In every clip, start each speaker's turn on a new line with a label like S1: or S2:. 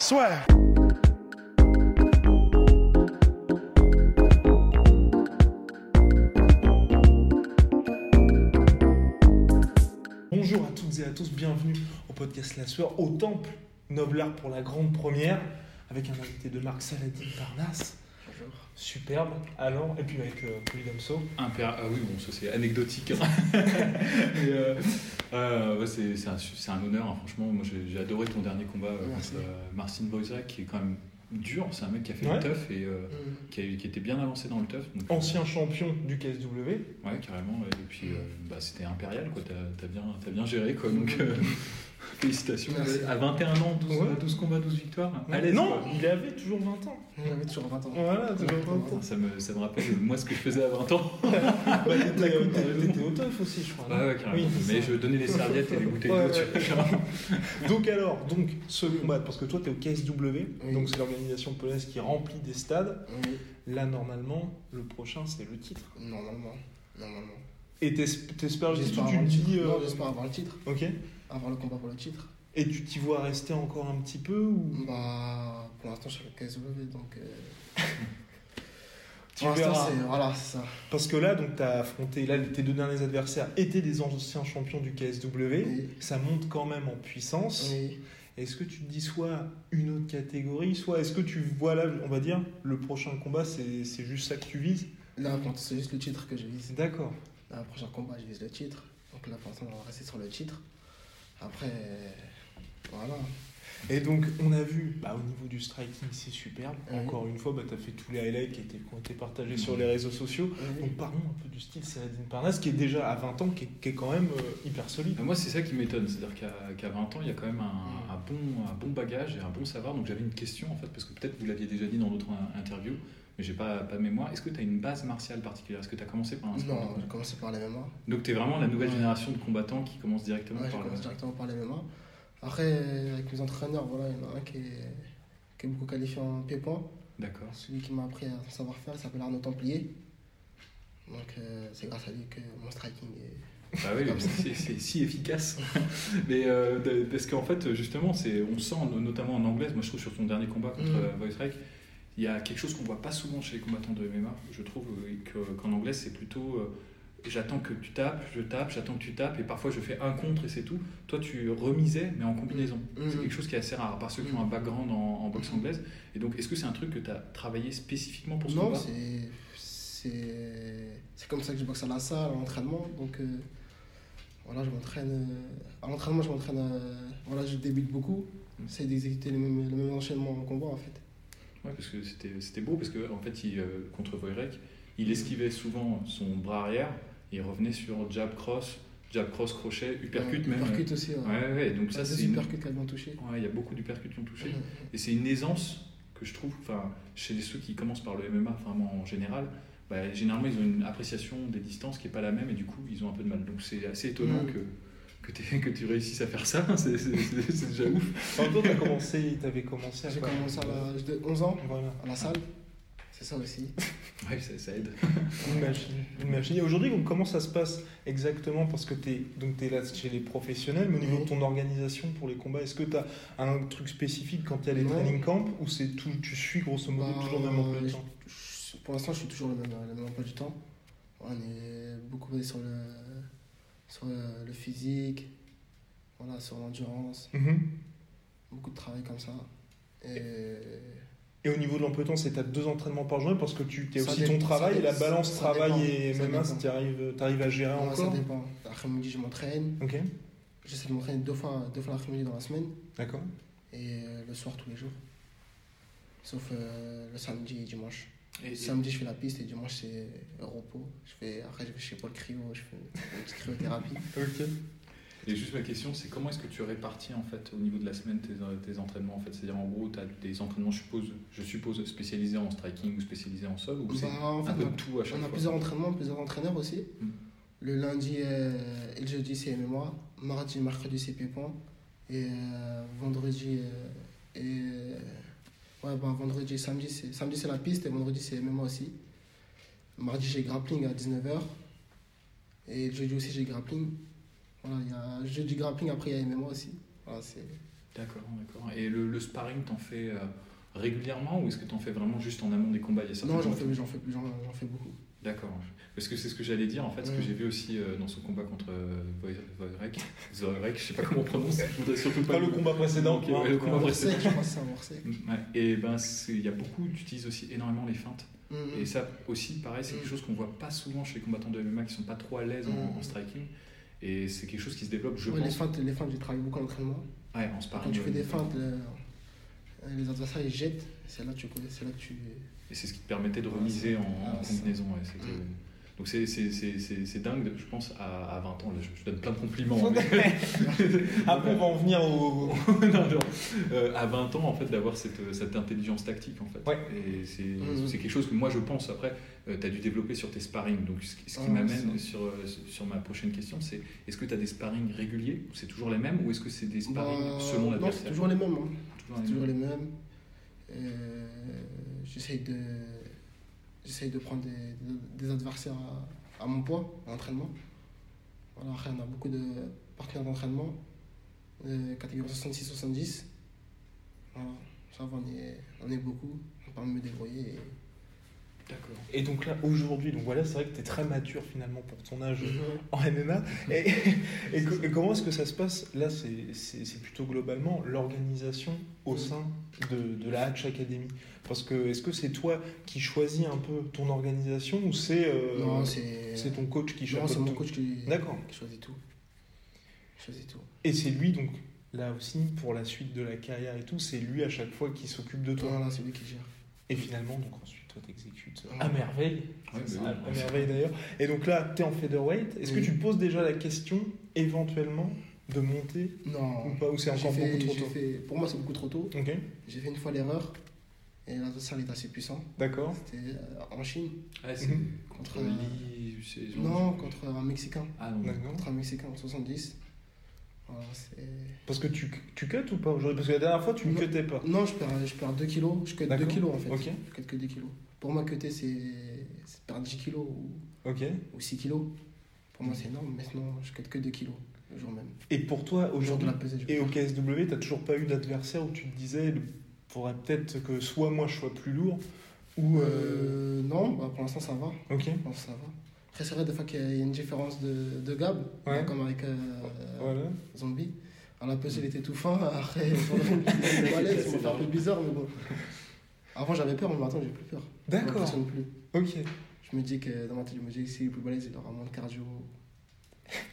S1: Swear. Bonjour à toutes et à tous, bienvenue au podcast La Sueur au Temple Novelard pour la grande première avec un invité de marque Saladin Parnasse. Superbe, allant, et puis avec euh, Pauline Damso.
S2: Impéra- ah oui, bon, ça c'est anecdotique. hein. Mais, euh, euh, ouais, c'est c'est un, su- c'est un honneur, hein, franchement. Moi j'ai j'ai adoré ton dernier combat euh,
S1: Merci.
S2: contre euh, Marcin Boyzak, qui est quand même dur. C'est un mec qui a fait
S1: Ouais. Mm.
S2: le teuf et euh, qui, a eu- qui était bien avancé dans le teuf. donc, euh,
S1: Ancien champion du KSW.
S2: Ouais, carrément. ouais. Et puis euh,
S1: Mm.
S2: bah, c'était impérial, quoi. T'as t'as bien, t'as bien géré, quoi. Donc euh, félicitations.
S3: Merci.
S2: À 21 ans, 12,
S1: Ouais.
S2: 12 combats, 12 victoires. à
S1: Non,
S2: l'aise,
S1: non,
S2: quoi.
S1: il avait toujours 20 ans.
S3: J'avais toujours 20 ans.
S1: Voilà, toujours 20 ans.
S2: Putain, Ah, Ça me, ça me rappelle euh, moi ce que je faisais à 20 ans.
S1: Bah, t'étais
S2: Ouais, ouais.
S1: t'étais au teuf aussi, je crois. non
S2: Ouais, ouais, carrément.
S1: Oui, c'est
S2: Mais
S1: ça.
S2: je donnais les serviettes et les bouteilles
S1: Ouais,
S2: d'eau, tu
S1: Ah, ouais.
S2: vois, carrément.
S1: Donc alors, donc ce combat, parce que toi t'es au KSW,
S3: Oui.
S1: donc c'est l'organisation polonaise qui remplit des stades.
S3: Euh,
S1: Là normalement, le prochain c'est le titre.
S3: Normalement. Normalement.
S1: Et t'es- t'espères juste
S3: J'espère
S1: tu
S3: avoir
S1: te
S3: le
S1: dis.
S3: titre.
S1: euh,
S3: Non, j'espère avoir le titre.
S1: ok.
S3: Avoir le combat pour le titre.
S1: Et tu t'y vois rester encore un petit peu ou
S3: Bah, pour l'instant, je suis avec KSW, donc. euh,
S1: tu
S3: pour l'instant,
S1: verras
S3: c'est. Voilà, c'est ça.
S1: Parce que là, donc t'as affronté là tes deux derniers adversaires étaient des anciens champions du KSW.
S3: Oui.
S1: Ça monte quand même en puissance.
S3: Oui.
S1: Est-ce que tu te dis soit une autre catégorie, soit est-ce que tu vois là, on va dire, le prochain combat, c'est c'est juste ça que tu vises
S3: Là, pour l'instant, c'est juste le titre que je vise.
S1: D'accord.
S3: Là, le prochain combat, je vise le titre. Donc là, pour l'instant, on va rester sur le titre. Après. euh, Voilà.
S1: Et donc, on a vu, bah, au niveau du striking, c'est superbe.
S3: Oui.
S1: Encore une fois, bah, tu as fait tous les highlights qui, étaient, qui ont été partagés sur les réseaux sociaux.
S3: Oui.
S1: Donc, parlons un peu du style Céladine Parnasse, qui est déjà à 20 ans, qui est, qui est quand même euh, hyper solide.
S2: Ah, Moi, c'est ça qui m'étonne. C'est-à-dire qu'à qu'à 20 ans, il y a quand même un, un bon, un bon bagage et un bon savoir. Donc, j'avais une question, en fait, parce que peut-être vous l'aviez déjà dit dans d'autres in- interviews, mais j'ai pas, pas de mémoire. Est-ce que tu as une base martiale particulière Est-ce que tu as commencé par un sport de
S3: Non, j'ai
S2: combat
S3: commencé par les MMA.
S2: Donc, tu es vraiment la nouvelle
S3: Ouais.
S2: génération de combattants qui commence directement
S3: Ouais, je
S2: par le.
S3: commence directement par les MMA. Après, euh, avec mes entraîneurs, voilà, il y en a un qui est, qui est beaucoup qualifié en pied-point.
S2: D'accord.
S3: Celui qui m'a appris à son savoir-faire il s'appelle Arnaud Templier. Donc euh, c'est grâce à lui que mon striking est.
S2: Bah oui,
S3: Comme ça.
S2: c'est- c'est si efficace. Mais euh, de- parce qu'en fait, justement, c'est, on sent, notamment en anglaise, moi je trouve sur son dernier combat contre
S3: Mm.
S2: euh, Wojtek, il y a quelque chose qu'on voit pas souvent chez les combattants de MMA. Je trouve euh, que- qu'en anglaise, c'est plutôt euh, j'attends que tu tapes, je tape, j'attends que tu tapes, et parfois je fais un contre et c'est tout. Toi, tu remisais, mais en combinaison.
S3: Mm.
S2: C'est quelque chose qui est assez rare, à part ceux qui ont un background en, en boxe anglaise. Et donc, est-ce que c'est un truc que tu as travaillé spécifiquement pour ce
S3: Non,
S2: combat
S3: c'est. C'est c'est comme ça que je boxe à la salle, à l'entraînement. Donc euh, voilà, je m'entraîne. euh, à l'entraînement, je m'entraîne. euh, voilà, je débute beaucoup.
S2: Mm.
S3: J'essaie d'exécuter le même, le même enchaînement en combat en fait.
S2: Ouais, parce que c'était c'était beau, parce que en fait, il, euh, contre Voyrek, il esquivait souvent son bras arrière, et il revenait sur jab cross, jab cross crochet, uppercut
S3: Ouais,
S2: même.
S3: Uppercut Euh, aussi. Ouais.
S2: Ouais, ouais, ouais, donc ça,
S3: Deux
S2: c'est. Mm-hmm. une-
S3: uppercuts qui a bien touché.
S2: Ouais, il y a beaucoup d'uppercuts qui ont touché.
S3: Ouais.
S2: Et c'est une aisance que je trouve, enfin, chez les- ceux qui commencent par le MMA, vraiment en général, bah, généralement, ils ont une appréciation des distances qui n'est pas la même, et du coup, ils ont un peu de mal. Donc c'est assez étonnant
S3: Mm.
S2: que, que, t'aies- que tu réussisses à faire ça, c'est c'est- c'est- c'est déjà ouf.
S1: Enfin, toi, t'as commencé, t'avais commencé à
S3: J'ai
S1: quoi
S3: commencé à l'âge de 11 ans
S1: Voilà,
S3: à la salle. C'est ça aussi.
S2: Ouais, ça, ça aide.
S1: une machine. Une machine. Et aujourd'hui, donc, comment ça se passe exactement Parce que t'es donc t'es là chez les professionnels, mais au niveau
S3: Oui.
S1: de ton organisation pour les combats, est-ce que t'as un truc spécifique quand il y a les
S3: Non.
S1: training camps ou c'est tout Tu suis grosso modo
S3: Bah,
S1: toujours le même emploi de
S3: je-
S1: temps
S3: je- Pour l'instant, je suis toujours le même, le même emploi du temps. On est beaucoup basé sur le, sur le, le physique, voilà, sur l'endurance,
S1: Mhm.
S3: beaucoup de travail comme ça. Et
S1: Et au niveau de l'emploi de temps, c'est t'as deux entraînements par journée parce que tu t'es
S3: Ça
S1: aussi ton
S3: dépend,
S1: travail
S3: ça
S1: et la
S3: dépend,
S1: balance
S3: ça
S1: travail et
S3: dépend, ça
S1: MMA,
S3: dépend.
S1: tu arrives, t'arrives à gérer
S3: voilà, ça
S1: encore.
S3: dépend. L'après-midi, je m'entraîne.
S1: Ok,
S3: J'essaie de m'entraîner deux fois, deux fois l'après-midi dans la semaine
S1: d'accord.
S3: et euh, le soir tous les jours. Sauf euh, le samedi et dimanche.
S2: Et- et-
S3: Samedi, je fais la piste et dimanche, c'est repos. Je fais, après, je vais chez Paul Cryo, je fais une petite cryothérapie.
S1: Ok.
S2: Et juste ma question, c'est comment est-ce que tu répartis en fait au niveau de la semaine tes, euh, tes entraînements en fait C'est-à-dire en gros, tu as des entraînements, je suppose, je suppose spécialisés en striking ou spécialisés en sol ou c'est
S3: Bah, en fait,
S2: un peu
S3: on
S2: de
S3: a-
S2: tout à chaque
S3: On
S2: fois
S3: a plusieurs entraînements, plusieurs entraîneurs aussi.
S2: Mm.
S3: Le lundi euh, et le jeudi, c'est MMA. Mardi, mercredi, c'est Pépon. Et euh, vendredi, euh, et, euh, ouais, bah, vendredi, samedi, c'est samedi, c'est la piste et vendredi, c'est MMA aussi. Mardi, j'ai grappling à 19h. Et le jeudi aussi, j'ai grappling. Voilà, il y a jeudi grappling, après, il y a MMA aussi. Voilà, c'est.
S2: D'accord, d'accord. Et le, le sparring, t'en fais euh, régulièrement ou est-ce que t'en fais vraiment juste en amont des combats Il y a certains
S3: Non, j'en
S2: combats-
S3: fais, j'en fais, j'en j'en fais beaucoup.
S2: D'accord. Parce que c'est ce que j'allais dire, en fait, ce que
S3: Ouais.
S2: j'ai vu aussi euh, dans son combat contre euh, Voy- Voyrek, Zorek, je sais pas comment on prononce, je voudrais surtout pas
S1: Pas le combat précédent.
S2: Ok, ouais, le
S3: Un
S2: combat
S3: Morset,
S2: précédent.
S3: je crois que c'est un Morset.
S2: Ouais. Et ben, c'est- il y a beaucoup, tu utilises aussi énormément les feintes.
S3: Mm, mm.
S2: Et ça aussi, pareil, c'est quelque chose qu'on voit pas souvent chez les combattants de MMA qui sont pas trop à l'aise en- en,
S3: Mm.
S2: striking. Et c'est quelque chose qui se développe, je
S3: Ouais, les
S2: pense,
S3: feintes, les feintes, j'ai travaillé beaucoup en entraînement.
S2: ouais, en
S3: Quand
S2: sparring.
S3: tu fais des
S2: euh,
S3: feintes, le- les adversaires ils jettent, c'est là que tu connais, c'est là que tu.
S2: Et c'est ce qui te permettait de remiser en, en
S3: Ah, ça.
S2: combinaison. ouais, c'était-
S3: Mm.
S2: Donc c'est- c'est- c'est c'est- c'est dingue, je pense, à, à 20 ans. Là, je, je donne plein de compliments. mais-
S1: Après, on va en venir au.
S2: Non, non. Euh, à 20 ans, en fait, d'avoir cette, euh, cette intelligence tactique, en fait.
S1: Ouais.
S2: Et c'est
S3: Mhm.
S2: c'est quelque chose que moi, je pense, après, tu as dû développer sur tes sparring. Donc, ce, qui- ce qui
S3: Ah,
S2: m'amène
S3: ça.
S2: sur, euh, sur ma prochaine question, c'est est-ce que tu as des sparring réguliers C'est toujours les mêmes Ou est-ce que c'est des sparring
S3: Bah,
S2: selon
S3: non, c'est
S2: l'adversaire
S3: toujours les mêmes. hein.
S2: Toujours
S3: C'est
S2: les
S3: toujours
S2: mêmes
S3: les mêmes. Euh, J'essaye de. J'essaye de prendre des, des adversaires à, à mon poids, en entraînement. Voilà, après, on a beaucoup de partenaires d'entraînement, euh, catégorie 66-70. Voilà, ça va, on est, on est beaucoup, on parle de me débrouiller. et-
S2: D'accord.
S1: Et donc là, aujourd'hui, donc voilà, c'est vrai que tu es très mature finalement pour ton âge
S2: Mhm.
S1: en MMA. Et, et co- et comment est-ce que ça se passe Là, c'est- c'est c'est plutôt globalement l'organisation
S2: Mhm.
S1: au sein de, de la Hatch Academy. Parce que est-ce que c'est toi qui choisis un peu ton organisation ou c'est euh,
S3: non, c'est.
S1: c'est ton coach qui
S3: Non,
S1: choisit
S3: c'est mon coach qui,
S1: D'accord.
S3: qui choisit tout. Il choisit tout.
S1: Et c'est lui, donc là aussi, pour la suite de la carrière et tout, c'est lui à chaque fois qui s'occupe de toi.
S3: Voilà, c'est lui qui gère.
S1: Et finalement, donc ensuite, toi, t'exécutes
S3: Ouais.
S1: à merveille. Ah,
S2: Ouais,
S1: C'est
S2: bah
S1: à
S2: oui.
S1: merveille d'ailleurs. Et donc là, t'es en featherweight. Est-ce que
S3: Oui.
S1: tu te poses déjà la question, éventuellement, de monter ou
S3: Non.
S1: pas Ou c'est
S3: J'ai
S1: encore
S3: fait-
S1: beaucoup
S3: j'ai
S1: trop tôt
S3: fait- pour moi, c'est beaucoup trop tôt.
S1: Ok,
S3: J'ai fait une fois l'erreur. Et l'adversaire il est assez puissant.
S1: d'accord.
S3: C'était euh, en Chine.
S2: Ah, c'est
S1: Mhm.
S2: contre
S3: Contre, euh,
S2: Lee, c'est genre-
S3: Non, contre un Mexicain.
S2: Ah non.
S1: D'accord.
S3: Contre un Mexicain en 70. Voilà, c'est-
S1: Parce que tu, tu cut ou pas aujourd'hui Parce que la dernière fois, tu ne
S3: Non.
S1: cutais pas.
S3: non, je perds, je perds 2 kilos. Je cut 2
S1: D'accord.
S3: kilos en fait.
S1: Ok.
S3: Je cut que 2 kilos. Pour moi, cutter, c'est c'est perdre 10 kilos ou,
S1: Ok.
S3: ou 6 kilos. Pour moi, c'est énorme. Maintenant, je cut que 2 kilos le jour même.
S1: Et pour toi,
S3: Le jour de
S1: aujourd'hui,
S3: la pesée, je
S1: et au KSW, t'as toujours pas eu d'adversaire où tu te disais, il faudrait peut-être que soit moi je sois plus lourd, ou. euh,
S3: Euh, non, bah, pour l'instant ça va.
S1: Ok.
S3: Pour l'instant, ça va. Après, c'est vrai, des fois qu'il y a une différence de, de Gab,
S1: Ouais.
S3: comme avec euh,
S1: Voilà.
S3: Zombie. À la pause, il était tout fin. Après, sur le ring, il était pas à l'aise, ça m'a fait un peu bizarre, mais bon. Avant, j'avais peur, mais maintenant, j'ai plus peur. Ça
S1: D'accord.
S3: m'impressionne plus.
S1: Ok.
S3: Je me dis que dans ma tête, je me dis que s'il est plus balèze, il aura moins de cardio.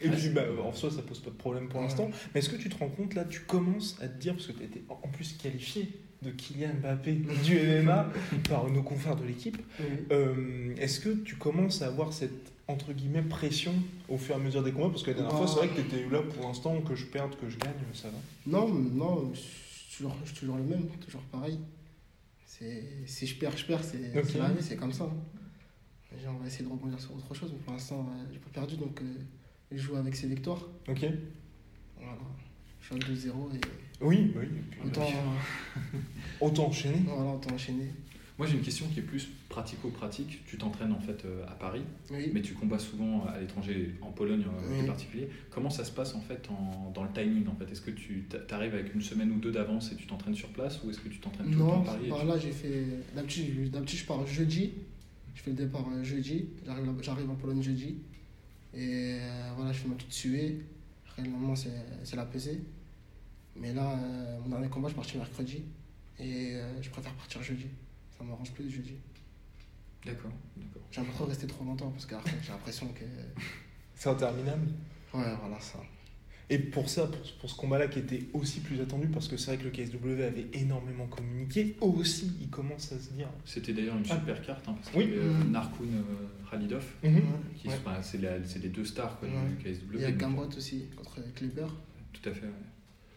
S1: Et puis, bah, en soi, ça pose pas de problème pour l'instant. Mais est-ce que tu te rends compte, là, tu commences à te dire, parce que tu été en en plus qualifié de Kylian Mbappé du MMA par nos confrères de l'équipe, euh, est-ce que tu commences à avoir cette, entre guillemets, pression au fur et à mesure des combats Parce que la dernière fois, c'est vrai que tu étais là pour l'instant, que je perde, que je gagne, ça va.
S3: Non, non, je suis toujours, je suis toujours le même, toujours pareil. C'est- Si je perds, je perds, c'est
S1: Ok.
S3: c'est la vie, c'est comme ça. Genre, On va essayer de rebondir sur autre chose, mais pour l'instant, euh, j'ai pas perdu, donc euh, je joue avec ses victoires.
S1: Ok
S3: Voilà. Je suis à 2-0 et
S1: Oui, oui. et puis,
S3: autant, hein.
S1: Autant enchaîner.
S3: voilà, autant enchaîner.
S2: Moi, j'ai une question qui est plus pratico-pratique. Tu t'entraînes en fait euh, à Paris.
S3: Oui.
S2: Mais tu combats souvent à l'étranger, en Pologne euh, en
S3: Oui.
S2: particulier. Comment ça se passe en fait en- dans le timing en fait Est-ce que tu arrives avec une semaine ou deux d'avance et tu t'entraînes sur place ou est-ce que tu t'entraînes tout le temps
S3: Non,
S2: à Paris et
S3: par
S2: tu-
S3: là, j'ai fait. D'habitude, je- d'habitude, je pars jeudi. Je fais le départ euh, jeudi. J'arrive là- J'arrive en Pologne jeudi. Et euh, voilà, je fais ma petite suée. Après, le lendemain, c'est c'est la pesée. Mais là, euh, mon dernier combat, je partais mercredi. Et euh, je préfère partir jeudi. Ça m'arrange plus jeudi.
S2: D'accord, d'accord.
S3: J'aime pas trop rester trop longtemps parce que après, j'ai l'impression que. Ouais,
S1: C'est interminable.
S3: voilà, ça.
S1: Et pour ça, pour, pour ce combat-là qui était aussi plus attendu, parce que c'est vrai que le KSW avait énormément communiqué, eux aussi, ils commencent à se dire.
S2: C'était d'ailleurs une
S1: Ah.
S2: super carte, hein, parce que
S1: Oui.
S3: Mm.
S2: Narkoun euh, Khalidov,
S1: Mhm.
S2: qui
S1: Ouais.
S2: enfin, c'est la- c'est les deux stars quoi,
S3: Ouais.
S2: du KSW.
S3: Il y a
S2: donc,
S3: Gamrot aussi contre Kleber.
S2: Tout à fait. ouais.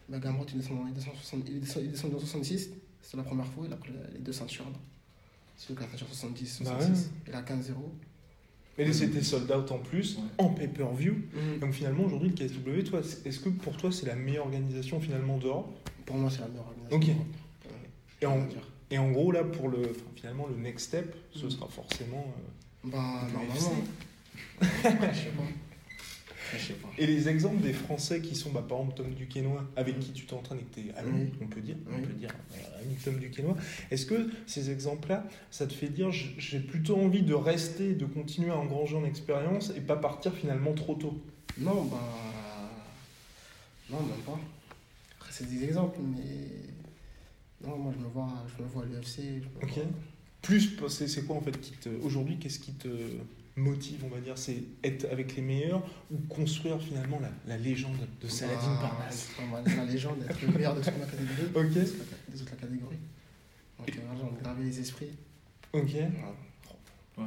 S3: Bah, Gamrot, il descend, il, descend 60 il, descend, il descend dans 66. C'était la première fois. Il a pris la- les deux ceintures. là. C'est le cas ceinture 70,
S1: Bah
S3: 66. Il a 15-0.
S1: Mais c'était sold out en plus,
S2: Ouais.
S1: en pay-per-view. Donc finalement, aujourd'hui, le KSW, toi, c'est- est-ce que pour toi, c'est la meilleure organisation finalement dehors
S3: Pour moi, c'est la meilleure organisation.
S1: Ok.
S3: Ouais,
S1: et en,
S3: rien à dire.
S1: et en gros, là, pour le, enfin, finalement, le next step, ce
S3: Mhm.
S1: sera forcément. euh,
S3: Bah,
S1: Le
S3: normalement. Ouais, je sais pas. Ah, Je sais pas.
S1: Et les exemples des Français qui sont, bah, par exemple, Tom Duquesnoy, avec
S3: Mm.
S1: qui tu t'entraînes et que t'es ami,
S3: Oui.
S1: on peut dire, on
S3: Oui.
S1: peut dire, euh, ami de Tom Duquesnoy, est-ce que ces exemples-là, ça te fait dire, j- j'ai plutôt envie de rester, de continuer à engranger en expérience et pas partir finalement trop tôt
S3: Non, bah. Non, même pas. Après, c'est des exemples, mais. Non, moi, je me vois, je me vois à l'UFC. je me
S1: Ok.
S3: vois-
S1: Plus, c'est c'est quoi en fait qui te- aujourd'hui, qu'est-ce qui te motive, on va dire, c'est être avec les meilleurs ou construire finalement la, la légende de Saladin
S3: Bah,
S1: Parnasse
S3: c'est pas mal, La légende, être le meilleur de toute ma catégorie.
S1: Ok.
S3: Des autres des autres la catégorie. Donc, euh, voilà, on gravé les esprits.
S1: Ok.
S3: Voilà.
S2: Ouais, mais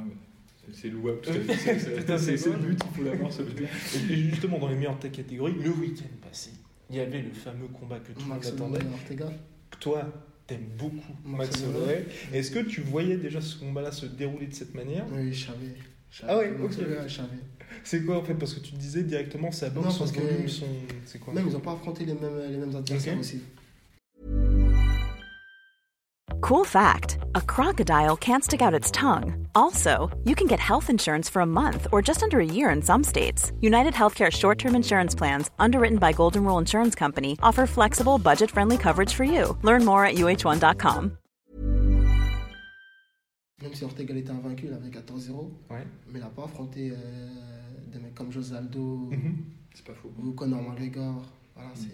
S2: c'est- c'est louable. tout à
S1: Euh,
S2: fait. C'est-
S1: putain,
S2: C'est
S1: c'est
S2: c'est- c'est le
S1: bon.
S2: but, il faut l'avoir, ce but.
S1: Et justement, dans les meilleurs de ta catégorie, le week-end passé, il y avait le fameux combat que tout le monde
S3: Max
S1: attendait.
S3: Holloway, Ortega.
S1: que toi, t'aimes beaucoup
S3: Max
S1: Max Holloway. Est-ce que tu voyais déjà ce combat-là se dérouler de cette manière
S3: Oui, je savais. Je
S1: Ah ouais,
S3: savais, Max
S1: ok.
S3: Holloway, je savais.
S1: C'est quoi en fait Parce que tu disais directement sa
S3: Non,
S1: boxe, son
S3: parce que-
S1: volume, son. C'est quoi
S3: Même, ils n'ont pas affronté les mêmes, les mêmes adversaires
S1: Ok.
S3: aussi.
S4: Cool fact a crocodile can't stick out its tongue. Also, you can get health insurance for a month or just under a year in some states. United Healthcare short term insurance plans, underwritten by Golden Rule Insurance Company, offer flexible, budget friendly coverage for you. Learn more at uh1.com.
S3: Même si Ortega il était invaincu, il avait 14-0.
S1: Ouais.
S3: Mais il n'a pas affronté euh, des mecs comme José Aldo
S1: Mhm.
S2: C'est pas faux.
S3: ou Conor McGregor. Voilà, c'est-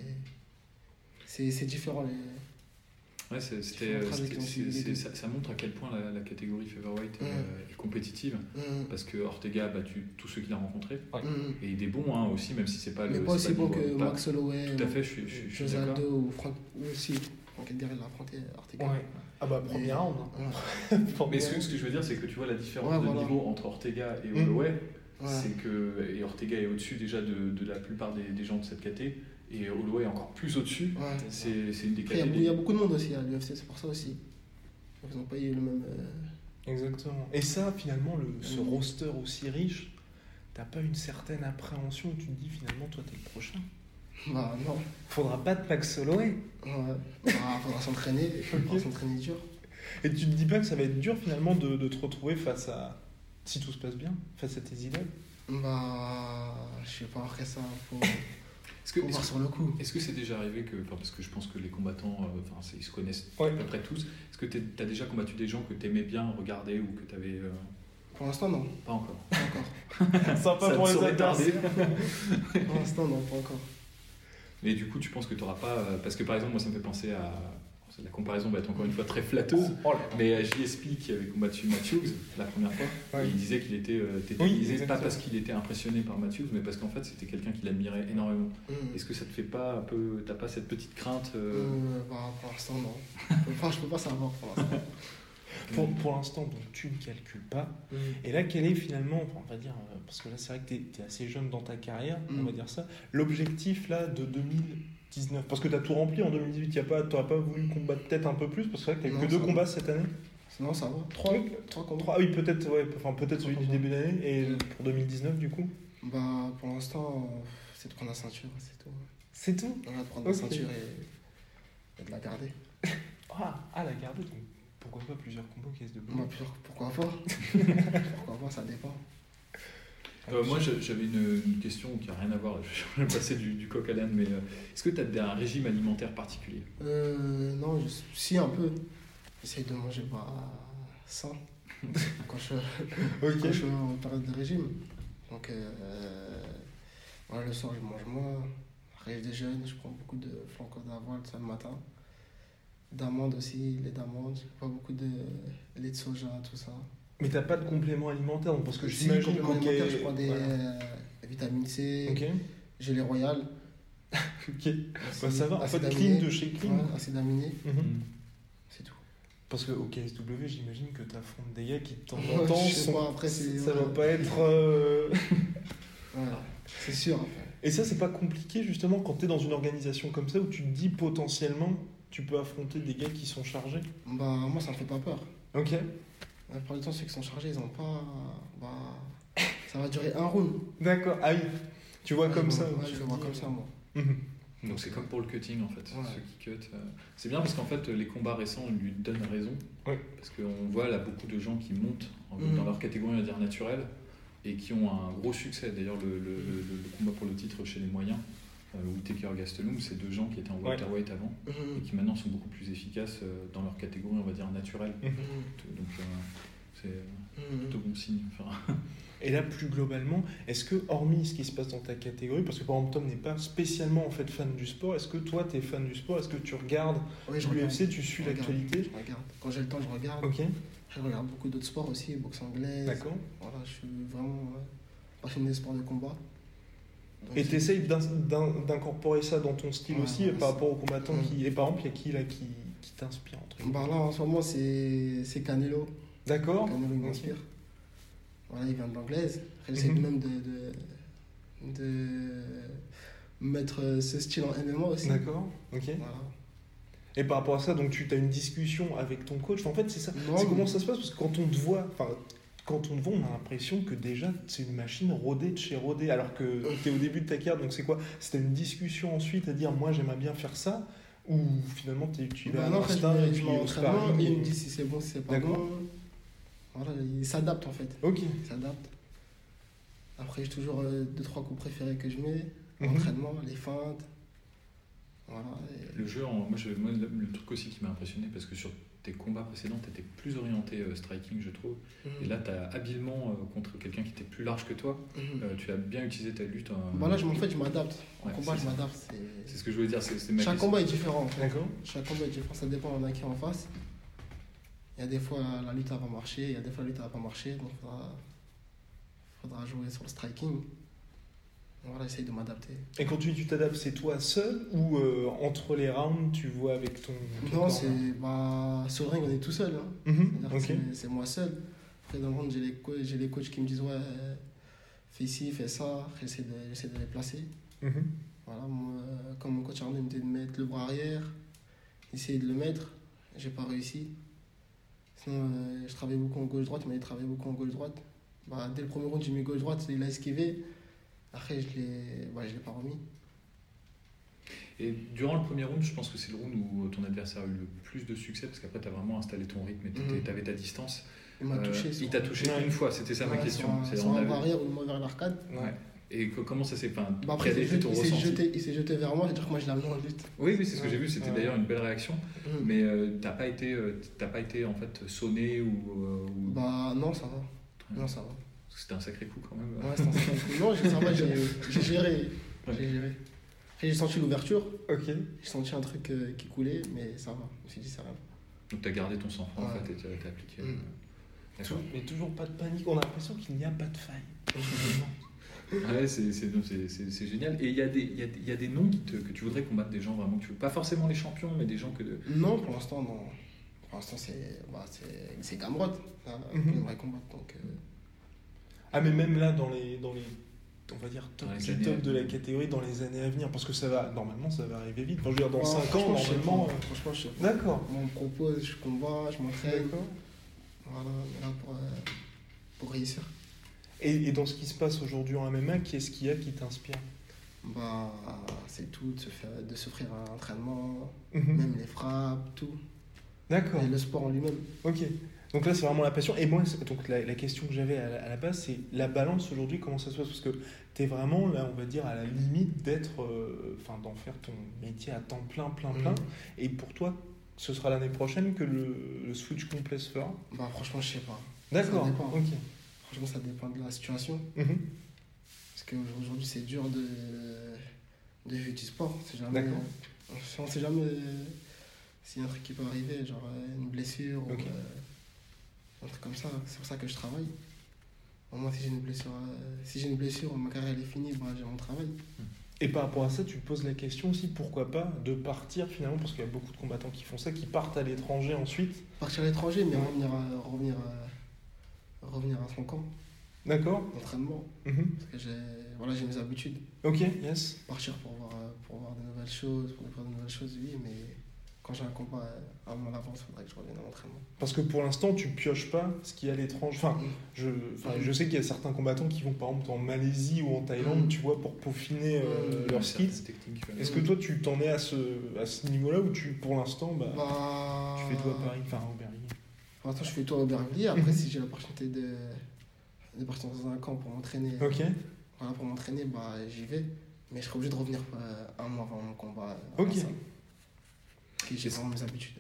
S3: c'est c'est différent. Les... mm,
S2: Ouais, c'est- c'était,
S3: Différentes
S2: euh, c'était-
S3: trajectoires,
S2: c'est-
S3: les
S2: c'est-
S3: deux. Mm.
S2: ça, ça montre à quel point la, la catégorie featherweight
S3: Ouais.
S2: euh, est compétitive.
S3: Mhm.
S2: Parce que Ortega a battu tous ceux qu'il a rencontrés.
S3: Mhm.
S2: Et des bons hein, aussi, même si c'est pas
S3: Mais
S2: le.
S3: pas
S2: c'est
S3: aussi bon
S2: le
S3: que
S2: niveau- euh, pas-
S3: Max Holloway,
S2: Tout à fait, je suis, je suis- je suis
S3: José
S2: d'accord.
S3: Aldo ou Frank. Oui, si, Frank Edgar, il a affronté Ortega.
S1: Ouais. Ah bah,
S3: Mais-
S1: premier round. hein.
S3: Ouais.
S1: Premier
S2: Mais ce que,
S1: round.
S2: ce que je veux dire, c'est que tu vois la différence
S3: Ouais,
S2: de
S3: voilà. Mmh.
S2: niveau entre Ortega et
S1: Mm.
S2: Holloway,
S3: Ouais.
S2: c'est que et Ortega est au-dessus déjà de, de la plupart des, des gens de cette caté, et Holloway est encore plus au-dessus.
S3: Ouais.
S2: C'est c'est une des
S3: Après, il y
S2: catés.
S3: a beaucoup- il y, a beaucoup de monde aussi à l'UFC, c'est pour ça aussi. Ils n'ont pas eu le même. euh,
S1: Exactement. Et ça, finalement, le, ce
S3: Mhm.
S1: roster aussi riche, t'as pas une certaine appréhension où tu te dis finalement, toi, t'es le prochain.
S3: Bah non.
S1: Faudra battre Max Holloway.
S3: Ouais. Bah, faudra s'entraîner, faudra
S1: Ok.
S3: s'entraîner dur.
S1: Et tu te dis pas que ça va être dur finalement de, de te retrouver face à. Si tout se passe bien, face à tes idoles.
S3: Bah, je sais pas, après ça, faut,
S2: Est-ce que
S3: faut
S2: est-ce
S3: voir
S2: que-
S3: sur le coup.
S2: est-ce que c'est déjà arrivé que. enfin, parce que je pense que les combattants, euh, enfin, c'est- ils se connaissent
S1: Ouais.
S2: à peu près tous. Est-ce que tu as déjà combattu des gens que tu aimais bien regarder ou que tu avais.
S3: Pour l'instant, non,
S2: pas encore.
S3: pas encore.
S1: Sympa
S2: Ça
S1: pour
S2: ne
S1: les
S2: saurait
S1: adversaires.
S2: tarder.
S3: Pour l'instant, non, pas encore.
S2: Mais du coup, tu penses que tu n'auras pas. euh, Parce que par exemple, moi, ça me fait penser à. La comparaison va être encore une fois très flatteuse.
S1: Oh là là.
S2: Mais euh, à JSP qui avait combattu Matthews la première fois,
S1: Ouais.
S2: il disait qu'il était euh,
S1: Oui,
S2: tétanisé, pas
S1: exactement.
S2: parce qu'il était impressionné par Matthews, mais parce qu'en fait c'était quelqu'un qu'il admirait énormément.
S3: Hmm.
S2: Est-ce que ça te fait pas un peu, t'as pas cette petite crainte euh,
S1: Mm.
S3: Euh, bah, pour l'instant, non. Enfin, je peux pas savoir pour l'instant.
S1: Pour, pour l'instant, donc, tu ne calcules pas.
S3: Hmm.
S1: Et là, quel est finalement, enfin, on va dire, euh, parce que là, c'est vrai que tu es, assez jeune dans ta carrière, on
S3: Mm.
S1: va dire ça, l'objectif là de 2019, parce que tu as tout rempli en 2018, tu pas, t'aurais pas voulu combattre peut-être un peu plus, parce que c'est vrai que tu
S3: Non,
S1: que deux
S3: ça va.
S1: combats cette année
S3: Sinon, ça va.
S1: Trois
S3: 3 contre 3.
S1: Trois, ah oui, peut-être ouais, enfin, peut-être celui du début d'année, et
S3: Mm.
S1: pour 2019 du coup.
S3: Bah, pour l'instant, euh, c'est de prendre la ceinture, c'est tout.
S1: C'est tout
S3: On va prendre la
S1: Ok.
S3: ceinture et, et de la garder.
S1: Ah, à la garde, donc pourquoi pas plusieurs combos KSW
S3: Bah, puis, pourquoi pas Pourquoi pas, ça dépend.
S2: euh, Moi j'a- j'avais une, une question qui a rien à voir, je vais passer du, du coq à l'âne, mais euh, est-ce que tu as un régime alimentaire particulier
S3: Euh, non, je... si, un peu. J'essaie de manger pas sain quand je, quand je
S1: Ok.
S3: suis en période de régime. Donc, euh, voilà, le soir, je mange moins. Après, je déjeune, je prends beaucoup de flancons d'avoine ça le matin. D'amandes aussi, lait d'amande, pas beaucoup de lait de soja, tout ça.
S1: Mais t'as pas de complément alimentaire, donc, parce que
S3: Si,
S1: j'imagine
S3: complément
S1: qu'au
S3: alimentaire,
S1: K-
S3: je prends des
S1: voilà.
S3: euh, vitamines C,
S1: Ok.
S3: j'ai les royales.
S1: ok. Bah, ça va, en fait, clean de chez clean.
S3: Ouais, acide aminé,
S1: Mhm.
S3: c'est tout.
S1: Parce que au KSW, j'imagine que t'affrontes des gars qui de temps
S3: Ouais,
S1: en temps
S3: je sais
S1: sont-
S3: pas, après, c'est-
S1: ça va
S3: ouais.
S1: pas être. euh,
S3: Ouais, c'est sûr. après.
S1: Et ça, c'est pas compliqué justement quand t'es dans une organisation comme ça où tu te dis potentiellement tu peux affronter des gars qui sont chargés.
S3: Bah, moi, ça me fait pas peur.
S1: Ok.
S3: La plupart du temps, ceux qui sont chargés, ils ont pas. Bah, ça va durer un round.
S1: D'accord. Ah oui. Tu vois comme
S3: Ouais,
S1: ça.
S3: ouais,
S1: tu
S3: je
S1: te
S3: le vois
S1: dis,
S3: comme ça, moi.
S1: Mhm.
S2: Donc c'est comme pour le cutting en fait,
S3: Ouais.
S2: ceux qui cut. euh, C'est bien parce qu'en fait les combats récents lui donnent raison.
S1: Ouais. Mm.
S2: Parce qu'on voit là beaucoup de gens qui montent en-
S3: Mhm.
S2: dans leur catégorie on va dire naturelle et qui ont un gros succès. D'ailleurs le, le- le- le combat pour le titre chez les moyens, euh, Whittaker Gastelum, c'est deux gens qui étaient en
S1: Ouais.
S2: welterweight avant et
S3: Mhm.
S2: qui maintenant sont beaucoup plus efficaces euh, dans leur catégorie on va dire naturelle.
S3: Mhm.
S2: Donc euh, c'est
S3: Mhm.
S2: plutôt bon signe. Enfin,
S1: Et là, plus globalement, est-ce que, hormis ce qui se passe dans ta catégorie, parce que par exemple, Tom n'est pas spécialement en fait fan du sport, est-ce que toi, t'es fan du sport Est-ce que tu regardes
S3: Ouais, je regarde.
S1: l'UFC Tu suis
S3: Je regarde.
S1: l'actualité
S3: Je regarde. Quand j'ai le temps, je regarde.
S1: Ok,
S3: Je regarde beaucoup d'autres sports aussi, boxe anglaise.
S1: d'accord.
S3: Voilà, je suis vraiment euh, passionné des sports de combat. Donc,
S1: Et
S3: c'est-
S1: t'essayes d'in- d'in- d'incorporer ça dans ton style
S3: Ouais,
S1: aussi,
S3: ouais,
S1: par
S3: c'est-
S1: rapport aux combattants
S3: Ouais.
S1: qui. Et par exemple, il y a qui là qui, qui t'inspire entre guillemets
S3: Bah là, en ce moment, c'est c'est Canelo.
S1: D'accord
S3: Canelo, il
S1: Oh, Ok.
S3: m'inspire. Voilà, il vient de l'anglaise. Après, J'essaie
S1: Mhm.
S3: même de, de, de mettre euh, ce style en MMA aussi.
S1: D'accord, ok.
S3: Voilà.
S1: Et par rapport à ça, donc tu as une discussion avec ton coach. Enfin, en fait, c'est ça.
S3: Non,
S1: C'est
S3: mais-
S1: comment ça se passe Parce que quand on te voit, enfin, quand on te voit, on a l'impression que déjà c'est une machine rodée de chez rodée, alors que tu es au début de ta carrière. Donc c'est quoi C'était une discussion ensuite à dire moi j'aimerais bien faire ça ou finalement t'es- tu vas
S3: Bah
S1: à
S3: non, en fait,
S1: l'instinct et
S3: je
S1: puis au
S3: m'entraîne,
S1: sparring.
S3: il me dit si c'est bon, si c'est pas
S1: D'accord.
S3: bon. Voilà, il s'adapte en fait.
S1: Ok.
S3: Il s'adapte. Après, j'ai toujours 2-3 coups préférés que je mets.
S1: Mhm.
S3: L'entraînement, les feintes. Voilà. et-
S2: Le jeu, en- moi, je- moi, le, le truc aussi qui m'a impressionné, parce que sur tes combats précédents, tu étais plus orienté euh, striking, je trouve. Et là, tu as habilement, euh, contre quelqu'un qui était plus large que toi,
S3: Mhm.
S2: euh, tu as bien utilisé ta lutte. euh,
S3: Bah là, je, m'en- en fait, je m'adapte. En
S2: Ouais,
S3: combat,
S2: c'est
S3: je
S2: ça.
S3: m'adapte.
S2: C'est
S3: c'est-
S2: ce que je voulais dire, c'est c'est ma
S3: Chaque
S2: question.
S3: combat est différent. en fait.
S1: D'accord.
S3: Chaque combat est différent, ça dépend on a qui est en face. Il y a des fois la lutte n'a pas marché, il y a des fois la lutte n'a pas marché, donc il faudra, faudra jouer sur le striking. Voilà, essayer de m'adapter.
S1: Et quand tu dis tu t'adaptes, c'est toi seul ou euh, entre les rounds tu vois avec ton. ton
S3: Non,
S1: corps
S3: c'est. Bah, sur le ring, on est tout seul. hein.
S1: Mhm,
S3: C'est-à-dire que
S1: Ok.
S3: c'est- c'est moi seul. Après, dans le monde, j'ai les, co- j'ai les coachs qui me disent Ouais, euh, fais ci, fais ça. Après, J'essaie de, j'essaie de les placer.
S1: Mhm.
S3: Voilà, moi, euh, comme mon coach Arnaud il me dit de mettre le bras arrière, essayer de le mettre, j'ai pas réussi. Sinon, euh, je travaillais beaucoup en gauche-droite, il m'a dit de travailler beaucoup en gauche-droite. Bah, dès le premier round, j'ai mis gauche-droite, il a esquivé. Après, je l'ai bah, je l'ai pas remis.
S2: Et durant le premier round, je pense que c'est le round où ton adversaire a eu le plus de succès, parce qu'après, tu as vraiment installé ton rythme et
S3: Mhm.
S2: tu avais ta distance.
S3: Il m'a
S2: Euh,
S3: touché.
S2: il
S3: sur-
S2: t'a touché
S1: Ouais.
S2: une fois, c'était ça ma
S3: Ouais,
S2: question.
S3: sur un-
S2: C'est-
S3: Sur
S2: on
S3: un
S2: avait-
S3: bras arrière ou moi vers l'arcade.
S2: Ouais. Et que- comment ça s'est fait
S3: Bah, après, il s'est il s'est jeté, il s'est jeté vers moi, c'est-à-dire que moi, je l'ai amené en lutte.
S2: Oui, oui, c'est ce que
S1: Ouais.
S2: j'ai vu, c'était
S1: Ouais.
S2: d'ailleurs une belle réaction.
S3: Mhm.
S2: Mais euh, t'as pas été, euh, t'as pas été en fait sonné ou, euh, ou-
S3: Bah, non, ça va. Non, ça va.
S2: Parce que c'était un sacré coup quand même.
S3: Ouais, c'est un certain coup. Non, j'ai- ça va, j'ai euh, j'ai géré. J'ai géré. Après, j'ai senti l'ouverture,
S1: Ok.
S3: j'ai senti un truc euh, qui coulait, mais ça va. Je me suis dit, ça va.
S2: Donc t'as gardé ton sang froid en
S3: Ouais.
S2: fait et t'as t'as appliqué.
S3: Mm.
S2: euh,
S1: Tou-
S2: D'accord.
S1: Mais toujours pas de panique. On a l'impression qu'il n'y a pas de faille.
S2: Ah Ouais, c'est- c'est non, c'est- c'est- c'est génial. Et il y, a des- il y a- il y a des noms qui te- que tu voudrais combattre, des gens vraiment que tu veux. Pas forcément les champions, mais des gens que. de-
S3: Non, pour l'instant, non. Pour l'instant, c'est bah, c'est- c'est Gamrot. hein,
S1: Mhm.
S3: qu'on aimerait combattre. Donc, euh,
S1: Ah mais même là dans les dans les on va dire top
S2: Dans les
S1: du
S2: années à
S1: top de la
S2: venir.
S1: catégorie dans les années à venir parce que ça va normalement ça va arriver vite. Enfin, je veux dire dans
S3: ouais,
S1: 5 ans
S3: Oh, Bah, franchement, je sais
S1: normalement.
S3: pas. Franchement, je sais
S1: euh,
S3: pas.
S1: D'accord.
S3: Moi, on me propose, je combats, je m'entraîne. Voilà, mais là, pour, euh, pour réussir.
S1: Et, et dans ce qui se passe aujourd'hui en MMA, qu'est-ce qu'il y a qui t'inspire
S3: Bah, c'est tout, de se faire- de s'offrir un entraînement,
S1: Mhm.
S3: même les frappes, tout.
S1: D'accord.
S3: Et le sport en lui-même.
S1: Ok. Donc là, c'est vraiment la passion. Et moi, c'est- donc la, la question que j'avais à, la- à la base, c'est la balance aujourd'hui, comment ça se passe Parce que tu es vraiment, là, on va dire, à la limite d'être, euh, enfin, d'en faire ton métier à temps plein, plein, plein.
S3: Mhm.
S1: Et pour toi, ce sera l'année prochaine que le, le switch complet se fera
S3: Bah, franchement, je sais pas.
S1: D'accord.
S3: Ça dépend.
S1: Ok.
S3: Franchement, ça dépend de la situation.
S1: Mhm.
S3: Parce qu'aujourd'hui, c'est dur de, de vivre du sport. C'est jamais,
S1: D'accord.
S3: on ne sait jamais euh, s'il y a un truc qui peut arriver, genre euh, une blessure
S1: Ok.
S3: ou euh, un truc comme ça. C'est pour ça que je travaille. Au moins, si j'ai une blessure, euh, si j'ai une blessure, ma carrière elle est finie, ben, j'ai bah, mon travail.
S1: Et par rapport à ça, tu te poses la question aussi, pourquoi pas, de partir finalement, parce qu'il y a beaucoup de combattants qui font ça, qui partent à l'étranger ensuite.
S3: Partir à l'étranger, mais revenir à, revenir à, revenir à son camp
S1: D'accord
S3: d'entraînement.
S1: Mhm.
S3: Parce que j'ai voilà, j'ai mes habitudes.
S1: Ok, yes.
S3: Partir pour voir, euh, pour voir de nouvelles choses, pour découvrir de nouvelles choses, oui, mais quand j'ai un combat euh, un mois d'avance, il faudrait que je revienne à l'entraînement.
S1: Parce que pour l'instant, tu pioches pas ce qu'il y a à l'étranger. Enfin, je, enfin, je sais qu'il y a certains combattants qui vont par exemple en Malaisie ou en Thaïlande, tu vois, pour peaufiner Mhm. euh, Mhm.
S3: Mm.
S1: leurs
S2: Certaines
S1: skills.
S2: techniques, ouais.
S1: Est-ce que toi, tu t'en es à ce, à ce niveau-là ou tu, pour l'instant, bah,
S3: Bah,
S1: tu fais tout à Paris, enfin à Aubervilliers
S3: Pour l'instant, je fais tout à Aubervilliers. Après, si j'ai l'opportunité de, de partir dans un camp pour m'entraîner,
S1: Ok,
S3: voilà, pour m'entraîner, bah, j'y vais. Mais je serai obligé de revenir euh, un mois avant mon combat. euh, à
S1: Ok.
S3: Vincennes. Parce que j'ai vraiment mes habitudes.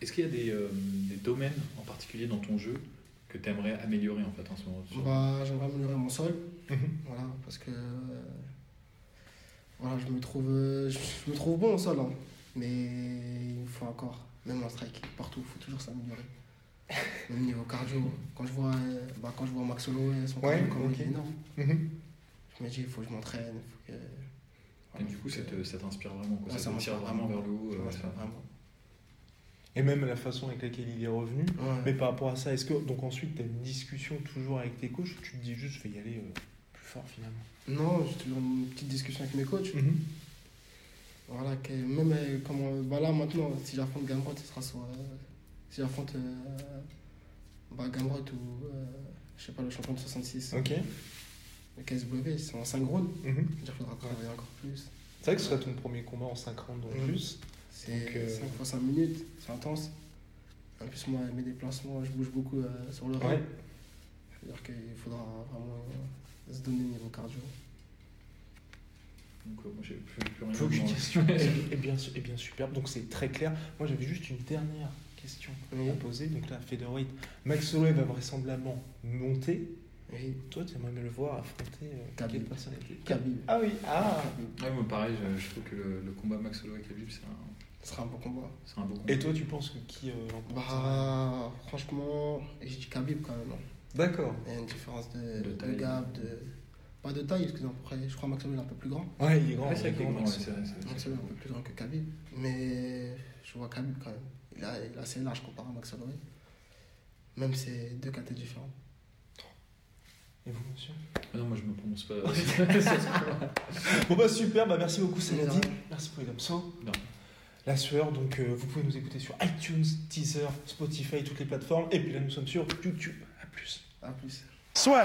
S2: Est-ce qu'il y a des, euh, des domaines en particulier dans ton jeu que tu aimerais améliorer en fait en ce moment sur-
S3: Bah, j'aimerais améliorer mon sol.
S1: Mhm.
S3: Voilà, parce que euh, voilà, je me trouve euh, je, je me trouve bon au sol, hein. mais il me faut encore, même en strike, partout, il faut toujours s'améliorer. Même niveau cardio, quand je vois euh, bah, quand je vois Max Holloway, son
S1: Ouais,
S3: cardio comme
S1: ok.
S3: il est énorme,
S1: Mhm.
S3: je me dis il faut que je m'entraîne, il faut que
S2: Et du coup, ça te- ça t'inspire vraiment, quoi.
S3: Ouais,
S2: ça
S3: ça
S2: te tire
S3: m'inspire
S2: vraiment vers
S3: vraiment.
S2: le haut.
S3: Ouais,
S2: euh,
S3: c'est
S2: ça-
S3: vraiment.
S1: Et même la façon avec laquelle il est revenu.
S3: Ouais.
S1: Mais par rapport à ça, est-ce que donc ensuite tu as une discussion toujours avec tes coachs ou tu te dis juste fais y aller euh, plus fort finalement
S3: Non, j'ai toujours une petite discussion avec mes coachs. Voilà, que même euh, comment. Bah là, maintenant, si j'affronte Gamrot, ce sera soit. euh, si j'affronte. euh, bah, Gamrot ou. euh, je sais pas, le champion de 66,
S1: Ok.
S3: le KSW, c'est en 5 rounds.
S1: Mhm.
S3: C'est-à-dire qu'il faudra travailler encore plus.
S1: C'est vrai que ce serait ton premier combat en 5 rounds en
S3: Mhm.
S1: plus. Donc,
S3: C'est
S1: euh,
S3: 5 fois 5 minutes, c'est intense. En plus, moi, mes déplacements, je bouge beaucoup euh, sur le
S1: Ouais.
S3: ring. C'est-à-dire qu'il faudra vraiment euh, se donner niveau cardio.
S2: Donc, euh, moi, j'ai plus, plus rien
S1: Faut que je
S2: dans-
S1: dise- et, et bien, su- et bien superbe, donc c'est très clair. Moi j'avais juste une dernière question
S3: Oui.
S1: à poser. Donc là, Featherweight, Max Holloway va vraisemblablement monter.
S3: Oui.
S1: Toi, tu aimerais bien le voir affronter euh,
S3: Khabib.
S1: quelle personnalité
S3: Khabib.
S1: Ah oui, ah
S3: Khabib.
S2: Ouais, moi, pareil, je, je trouve que le, le combat Max Holloway avec Khabib, c'est un,
S3: Ce sera un bon combat.
S2: c'est un beau combat.
S1: Et toi, tu penses que qui euh, l'emportera
S3: Bah, franchement, j'ai dit Khabib quand même. hein.
S1: D'accord.
S3: Il y a une différence de,
S2: De
S3: de,
S2: taille.
S3: gab, de. Pas de taille, parce que non, après, je crois que Max Holloway est un peu plus grand.
S1: Ouais, il est grand.
S2: Ouais, c'est vrai
S1: il est
S2: qu'il est
S1: grand,
S2: grand, ouais,
S1: Max.
S2: c'est vrai, c'est vrai,
S3: Max
S2: c'est vrai.
S3: Holloway est un peu plus grand que Khabib. Mais je vois Khabib quand même. Il a, il est assez large comparé à Max Holloway. Même c'est deux catés différents.
S1: Et vous, monsieur
S2: Ah non, moi, je me prononce pas. sur ce combat.
S1: Bon bah super, bah merci beaucoup Saladin,
S3: De rien.
S1: merci pour les absents.
S2: Non.
S1: La sueur, donc euh, vous pouvez nous écouter sur iTunes, Teaser, Spotify, toutes les plateformes. Et puis là nous sommes sur YouTube. A plus.
S3: A plus.
S1: Soit